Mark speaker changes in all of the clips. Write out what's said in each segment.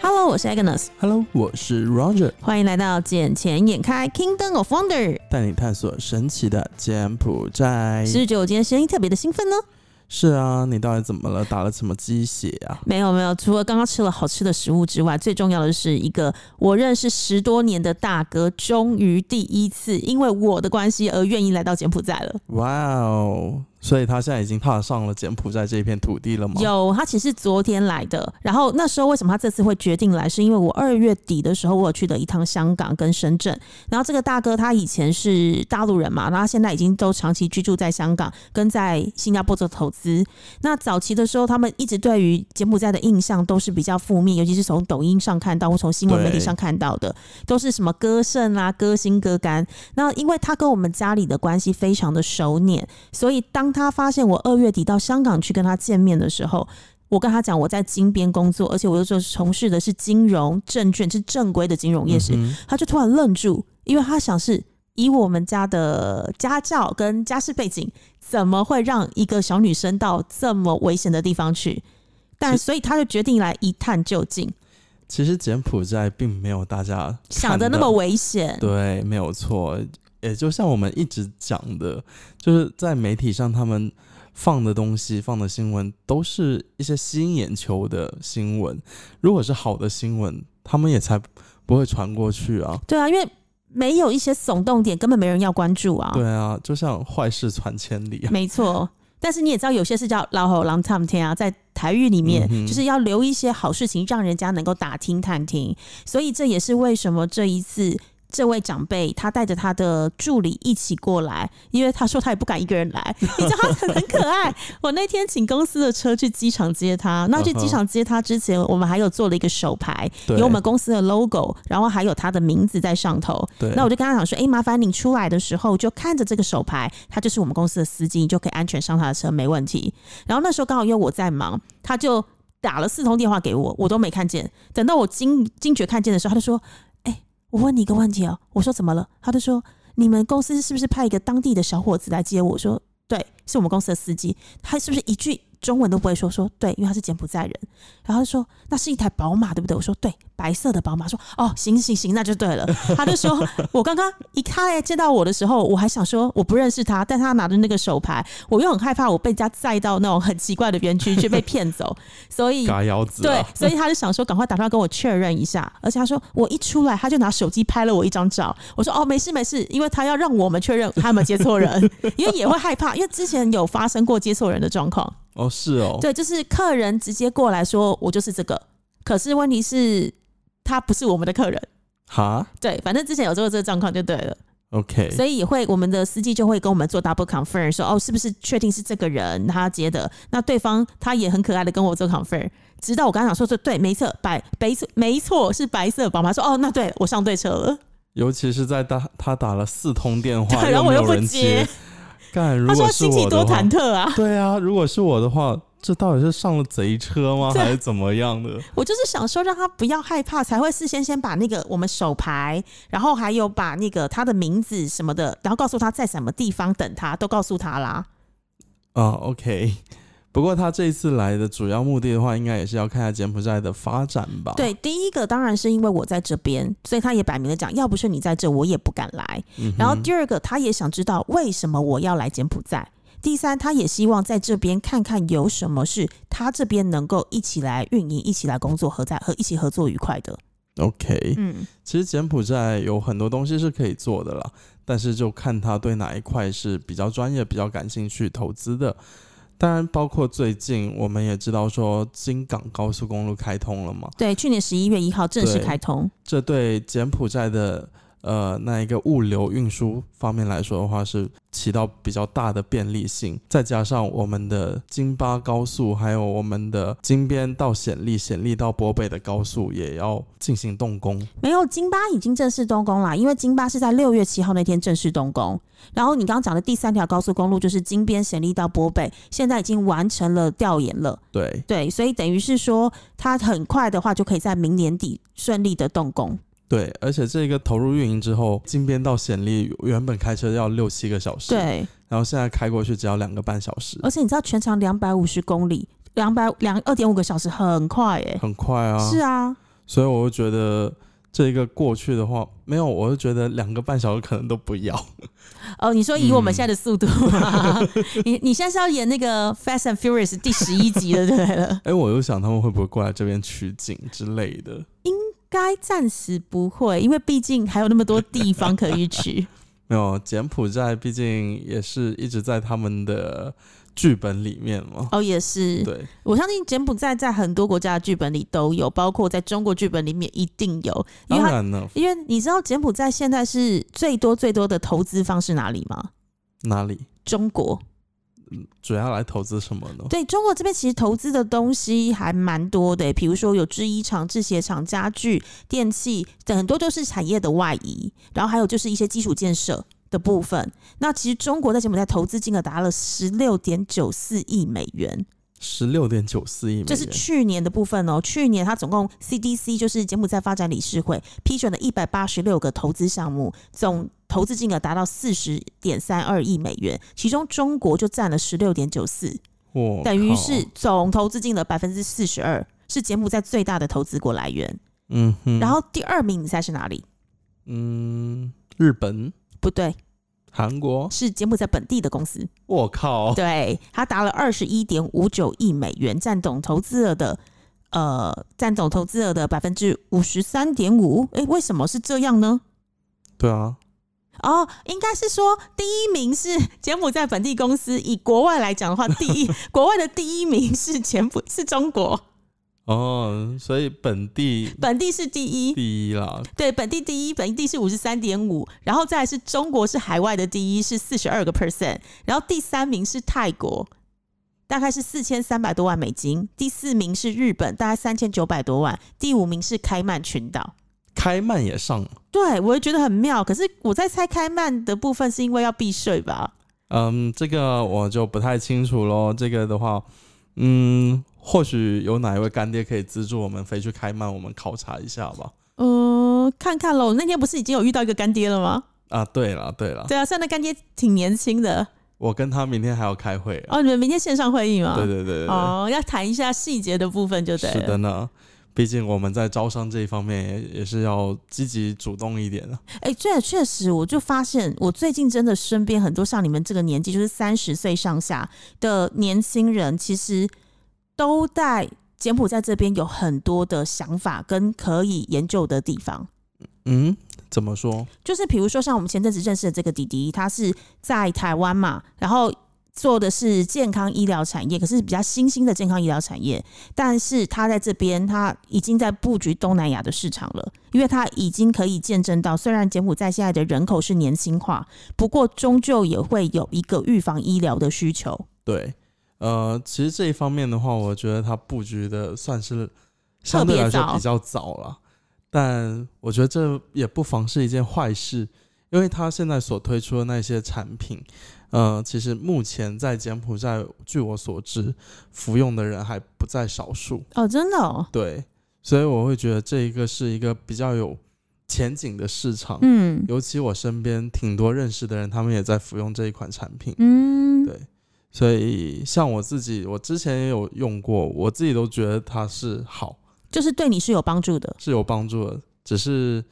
Speaker 1: Hello，我是 Agnes，
Speaker 2: Hello，我是 Roger，
Speaker 1: 欢迎来到《眼前眼开 Kingdom of Wonder》。
Speaker 2: 带你探索神奇的柬埔寨。
Speaker 1: 是不是觉得我今天声音特别的兴奋呢？
Speaker 2: 是啊，你到底怎么了？打了什么鸡血啊？
Speaker 1: 没有没有，除了刚刚吃了好吃的食物之外，最重要的是一个我认识十多年的大哥，终于第一次因为我的关系而愿意来到柬埔寨了。
Speaker 2: 哇哦！所以他现在已经踏上了柬埔寨这片土地了吗？
Speaker 1: 有，他其实昨天来的。然后那时候为什么他这次会决定来，是因为我二月底的时候我有去了一趟香港跟深圳。然后这个大哥他以前是大陆人嘛，然后他现在已经都长期居住在香港跟在新加坡做投资。那早期的时候，他们一直对于柬埔寨的印象都是比较负面，尤其是从抖音上看到或从新闻媒体上看到的，都是什么歌圣啊、歌星、歌干。那因为他跟我们家里的关系非常的熟稔，所以当他发现我二月底到香港去跟他见面的时候，我跟他讲我在金边工作，而且我又说从事的是金融证券，是正规的金融业是，
Speaker 2: 嗯哼
Speaker 1: 他就突然愣住，因为他想是以我们家的家教跟家世背景，怎么会让一个小女生到这么危险的地方去？但所以他就决定来一探究竟，
Speaker 2: 其实柬埔寨并没有大家
Speaker 1: 想的
Speaker 2: 看
Speaker 1: 那么危险，
Speaker 2: 对，没有错。也就像我们一直讲的，就是在媒体上他们放的东西、放的新闻，都是一些吸引眼球的新闻。如果是好的新闻，他们也才不会传过去啊。
Speaker 1: 对啊，因为没有一些耸动点，根本没人要关注啊。
Speaker 2: 对啊，就像坏事传千里啊。
Speaker 1: 没错。但是你也知道，有些是叫老吼狼唱天啊，在台语里面、
Speaker 2: 嗯哼
Speaker 1: 就是要留一些好事情，让人家能够打听探听。所以这也是为什么这一次这位长辈他带着他的助理一起过来，因为他说他也不敢一个人来。 你知道他很可爱， 我那天请公司的车去机场接他。那 去机场接他之前，我们还有做了一个手牌，
Speaker 2: 对，
Speaker 1: 有我们公司的 logo，然后还有他的名字在上头。
Speaker 2: 对，
Speaker 1: 那我就跟他讲说，诶，麻烦你出来的时候就看着这个手牌，他就是我们公司的司机，你就可以安全上他的车，没问题。然后那时候刚好因为我在忙，他就打了四通电话给我，我都没看见。等到我惊惊觉看见的时候，他就说：“诶，我问你一个问题哦。”我说：“怎么了？”他就说：“你们公司是不是派一个当地的小伙子来接我？”我说：“对，是我们公司的司机。”他是不是一句中文都不会说？说对，因为他是柬埔寨人。然后他就说那是一台宝马，对不对？我说对，白色的宝马。说哦，行行行，那就对了。他就说，我刚刚一他来见到我的时候，我还想说我不认识他，但他拿着那个手牌，我又很害怕我被人家载到那种很奇怪的园区去被骗走，所以。
Speaker 2: 嘎腰子、
Speaker 1: 对
Speaker 2: 啊，，
Speaker 1: 所以他就想说，赶快打电话跟我确认一下。而且他说，我一出来，他就拿手机拍了我一张照。我说，哦，没事没事，因为他要让我们确认他有没有接错人， 因为也会害怕，因为之前有发生过接错人的状况。
Speaker 2: 哦是哦，
Speaker 1: 对，就是客人直接过来说我就是这个，可是问题是他不是我们的客人。
Speaker 2: 哈
Speaker 1: 对，反正之前有做过这个状况就对了，
Speaker 2: ，OK，
Speaker 1: 所以也会我们的司机就会跟我们做 double confirm，说哦是不是确定是这个人他接的？那对方他也很可爱的跟我做 confirm，直到我刚刚想说说对，没错，白没错没错是白色宝马，说哦那对我上对车了，
Speaker 2: 尤其是在打他打了四通电话，
Speaker 1: 对然后我
Speaker 2: 没
Speaker 1: 又
Speaker 2: 有
Speaker 1: 不
Speaker 2: 人
Speaker 1: 接，，
Speaker 2: 干，如
Speaker 1: 他说
Speaker 2: 果是
Speaker 1: 心情
Speaker 2: 我
Speaker 1: 多
Speaker 2: 的话
Speaker 1: 忐，忑啊。
Speaker 2: 对啊，如果是我的话，这到底是上了贼 车吗，
Speaker 1: 对
Speaker 2: 还是怎么样 的？
Speaker 1: 我就是想说，让他不要害怕，才会事先先把那个我们手牌，然后还有把那个他的名字什么的，然后告诉他在什么地方等他，都告诉他啦。
Speaker 2: 啊，OK。不过他这一次来的主要目的的话，应该也是要看下柬埔寨的发展吧。，
Speaker 1: 对，第一个当然是因为我在这边，所以他也摆明了讲，要不是你在这，我也不敢来。
Speaker 2: 嗯哼、
Speaker 1: 然后第二个，他也想知道为什么我要来柬埔寨。第三，他也希望在这边看看有什么是他这边能够一起来运营、一起来工作、合在和一起合作愉快的。
Speaker 2: OK，
Speaker 1: 嗯，
Speaker 2: 其实柬埔寨有很多东西是可以做的啦，但是就看他对哪一块是比较专业、比较感兴趣投资的。当然，包括最近我们也知道说，京港高速公路开通了嘛，
Speaker 1: 对，去年十一月一号正式
Speaker 2: 对
Speaker 1: 开通。
Speaker 2: 这对柬埔寨的呃那一个物流运输方面来说的话，是起到比较大的便利性。再加上我们的京巴高速，还有我们的金边到暹粒、暹粒到波贝的高速也要进行动工。
Speaker 1: 没有，金巴已经正式动工啦，因为金巴是在六月七号那天正式动工。然后你刚刚讲的第三条高速公路就是金边显利到波贝，现在已经完成了调研了。
Speaker 2: 对
Speaker 1: 对，所以等于是说，它很快的话就可以在明年底顺利的动工。
Speaker 2: 对，而且这个投入运营之后，金边到暹粒原本开车要六七个小
Speaker 1: 嗯
Speaker 2: 时，，
Speaker 1: 对，嗯
Speaker 2: 然后现在开过去只要两个半小时，
Speaker 1: 而且你知道全长两百五十公里，两百两二点五个小时，很快耶、
Speaker 2: 很快啊。
Speaker 1: 是啊，
Speaker 2: 所以我就觉得这个过去的话，没有，我就觉得两个半小时可能都不要。
Speaker 1: 哦，你说以我
Speaker 2: 嗯
Speaker 1: 们现在的速度吗， 你你现在是要演那个《Fast and Furious》第十一集的，对了。
Speaker 2: 哎、我又想他们会不会过来这边取景之类的？
Speaker 1: 该暂时不会，因为毕竟还有那么多地方可以 去。
Speaker 2: 没有，柬埔寨毕竟也是一直在他们的剧本里面嘛。
Speaker 1: 哦，也是，
Speaker 2: 对，
Speaker 1: 我相信柬埔寨在很多国家的剧本里都有，包括在中国剧本里面一定有，因为
Speaker 2: 当
Speaker 1: 它
Speaker 2: 然了，
Speaker 1: 因为你知道柬埔寨现在是最多最多的投资方是哪里吗？
Speaker 2: 哪里嗯
Speaker 1: 中国。
Speaker 2: 主要来投资什么呢？
Speaker 1: 对中国这边其实投资的东西还蛮多的，比如说有制衣厂、制鞋厂、家具、电器等，很多都是产业的外移，然后还有就是一些基础建设。的部分，那其实中国在柬埔寨投资金额达了十六点九四亿美元，
Speaker 2: 十六点九四亿美元，
Speaker 1: 这是去年的部分哦。去年它总共 CDC 就是柬埔寨发展理事会批准了一百八十六个投资项目，总投资金额达到四十点三二亿美元，其中中国就占了十六点九四，
Speaker 2: 我
Speaker 1: 等于
Speaker 2: 靠
Speaker 1: 是总投资金额百分之四十二，是柬埔寨最大的投资国来源。
Speaker 2: 嗯哼，
Speaker 1: 然后第二名你猜是哪里？
Speaker 2: 嗯，日本、
Speaker 1: 不对，
Speaker 2: 韩国，
Speaker 1: 是柬埔寨本地的公司，
Speaker 2: 我靠，
Speaker 1: 对，它达了二十一点五九亿美元，占总投资额的呃，占总投资额的百分之五十三点五。诶，为什么是这样呢？
Speaker 2: 对啊，
Speaker 1: 哦，应该是说第一名是柬埔寨本地公司，以国外来讲的话，第一 国外的第一名是柬埔是中国，
Speaker 2: 哦，所以本地
Speaker 1: 本地是第一，
Speaker 2: 第一啦，
Speaker 1: 对，本地第一，本地是五十三点五，然后再来是中国是海外的第一，是四十二个 percent，然后第三名是泰国，大概是四千三百多万美金，第四名是日本，大概三千九百多万，第五名是开曼群岛。
Speaker 2: 开曼也上了，
Speaker 1: 对，我也觉得很妙。可是我在猜开曼的部分是因为要避税吧？
Speaker 2: 嗯，这个我就不太清楚喽。这个的话，嗯，或许有哪一位干爹可以资助我们飞去开曼，我们考察一下吧。
Speaker 1: 嗯、看看喽。那天不是已经有遇到一个干爹了吗？
Speaker 2: 啊，对了对了，
Speaker 1: 对啊，虽然那干爹挺年轻的。
Speaker 2: 我跟他明天还要开会啊、
Speaker 1: 哦，你们明天线上会议吗？
Speaker 2: 对对对对对，
Speaker 1: 哦，要谈一下细节的部分就对了。
Speaker 2: 是的呢。毕竟我们在招商这一方面也也是要积极主动一点的、啊
Speaker 1: 哎、这确实，我就发现我最近真的身边很多像你们这个年纪，就是三十岁上下的年轻人，其实都在柬埔寨这边有很多的想法跟可以研究的地方。
Speaker 2: 嗯，怎么说？
Speaker 1: 就是比如说，像我们前阵子认识的这个弟弟，他是在台湾嘛，然后做的是健康医疗产业，可是比较新兴的健康医疗产业。但是他在这边，他已经在布局东南亚的市场了，因为他已经可以见证到，虽然柬埔寨现在的人口是年轻化，不过终究也会有一个预防医疗的需求。
Speaker 2: 对，呃，其实这一方面的话，我觉得它布局的算是相
Speaker 1: 特
Speaker 2: 对
Speaker 1: 别
Speaker 2: 来说
Speaker 1: 早
Speaker 2: 比较早了，但我觉得这也不妨是一件坏事，因为它现在所推出的那些产品，呃，其实目前在柬埔寨，据我所知，服用的人还不在少数，
Speaker 1: 哦，真的、哦，
Speaker 2: 对，所以我会觉得这一个是一个比较有前景的市场，
Speaker 1: 嗯
Speaker 2: 尤其我身边挺多认识的人，他们也在服用这一款产品。
Speaker 1: 嗯，
Speaker 2: 对，所以像我自己，我之前也有用过，我自己都觉得它是好，
Speaker 1: 就是对你是有帮助的，
Speaker 2: 是有帮助的，只是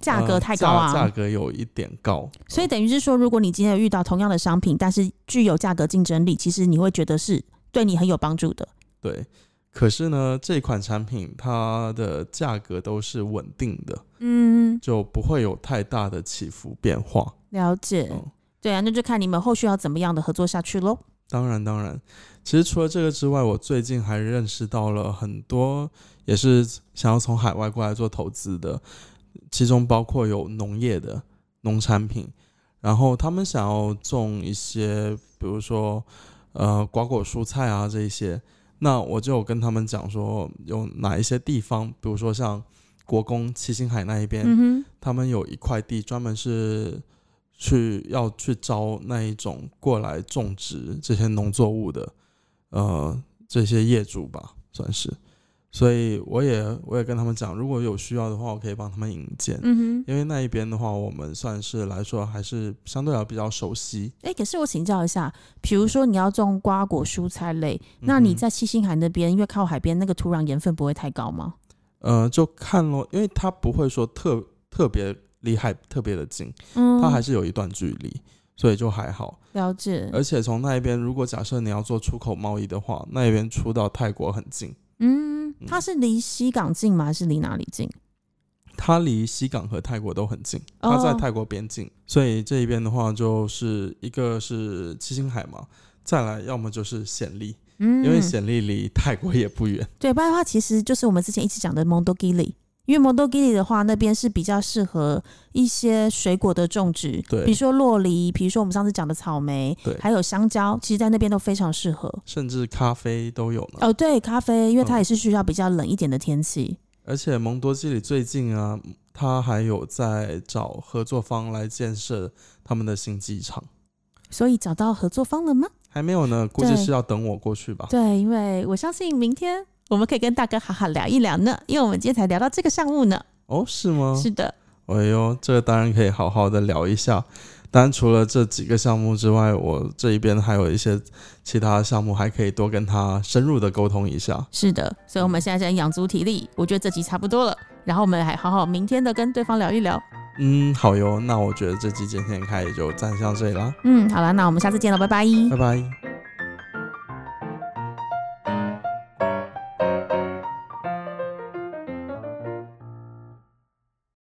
Speaker 1: 价格
Speaker 2: 呃
Speaker 1: 太高啊，
Speaker 2: 价价格有一点高，
Speaker 1: 所以等于是说，如果你今天有遇到同样的商品，但是具有价格竞争力，其实你会觉得是对你很有帮助的。
Speaker 2: 对。可是呢，这款产品它的价格都是稳定的，
Speaker 1: 嗯，
Speaker 2: 就不会有太大的起伏变化。
Speaker 1: 了解。
Speaker 2: 嗯
Speaker 1: 对啊，那就看你们后续要怎么样的合作下去喽。
Speaker 2: 当然，当然，其实除了这个之外，我最近还认识到了很多也是想要从海外过来做投资的，其中包括有农业的农产品，然后他们想要种一些，比如说呃瓜果蔬菜啊这一些。那我就有跟他们讲说，有哪一些地方，比如说像国公七星海那一边，
Speaker 1: 嗯
Speaker 2: 他们有一块地专门是去要去招那一种过来种植这些农作物的，呃，这些业主吧，算是。所以我也我也跟他们讲，如果有需要的话，我可以帮他们引荐
Speaker 1: 哼，。嗯哼。
Speaker 2: 因为那一边的话，我们算是来说还是相对来比较熟悉。
Speaker 1: 哎、可是我请教一下，比如说你要种瓜果蔬菜类，那
Speaker 2: 嗯哼
Speaker 1: 你在七星海那边，因为靠海边，那个土壤盐分不会太高吗？
Speaker 2: 呃，就看咯，因为它不会说特特别厉害、特别的近，
Speaker 1: 嗯，
Speaker 2: 它还是有呃一段距离，所以就还好。
Speaker 1: 了解，
Speaker 2: 而且从那一边，如果假设你要做出口贸易的话，那一边出到泰国很近，
Speaker 1: 嗯，它是离西港近吗？还是离哪里近？
Speaker 2: 它离西港和泰国都很近，
Speaker 1: 哦
Speaker 2: 它在泰国边境，所以这一边的话，就是一个是七星海嘛，再来要么就是暹粒，
Speaker 1: 嗯，
Speaker 2: 因为暹粒离泰国也不远。
Speaker 1: 对，不然的话，其实就是我们之前一直讲的 Mondogili。因为 Mondogili 的话，那边是比较适合一些水果的种植，
Speaker 2: 对
Speaker 1: 比如说洛梨，比如说我们上次讲的草莓，
Speaker 2: 对
Speaker 1: 还有香蕉，其实在那边都非常适合。
Speaker 2: 甚至咖啡都有呢。
Speaker 1: 哦，对，咖啡，因为它
Speaker 2: 嗯
Speaker 1: 也是需要比较冷一点的天气。
Speaker 2: 而且蒙多基里最近啊，他还有在找合作方来建设他们的新机场，
Speaker 1: 所以找到合作方了吗？
Speaker 2: 还没有呢，估计
Speaker 1: 对
Speaker 2: 是要等我过去吧。
Speaker 1: 对，因为我相信明天我们可以跟大哥好好聊一聊呢，因为我们今天才聊到这个项目呢。
Speaker 2: 哦，是吗？
Speaker 1: 是的，
Speaker 2: 哎呦，这个当然可以好好的聊一下。当然，除了这几个项目之外，我这一边还有一些其他项目，还可以多跟他深入的沟通一下。
Speaker 1: 是的，所以我们现在在养足体力，我觉得这集差不多了。然后我们还好好明天的跟对方聊一聊。
Speaker 2: 嗯，好哟，那我觉得这期今天开也就暂时到这里啦，
Speaker 1: 嗯，好了，那我们下次见了，拜拜。
Speaker 2: 拜拜。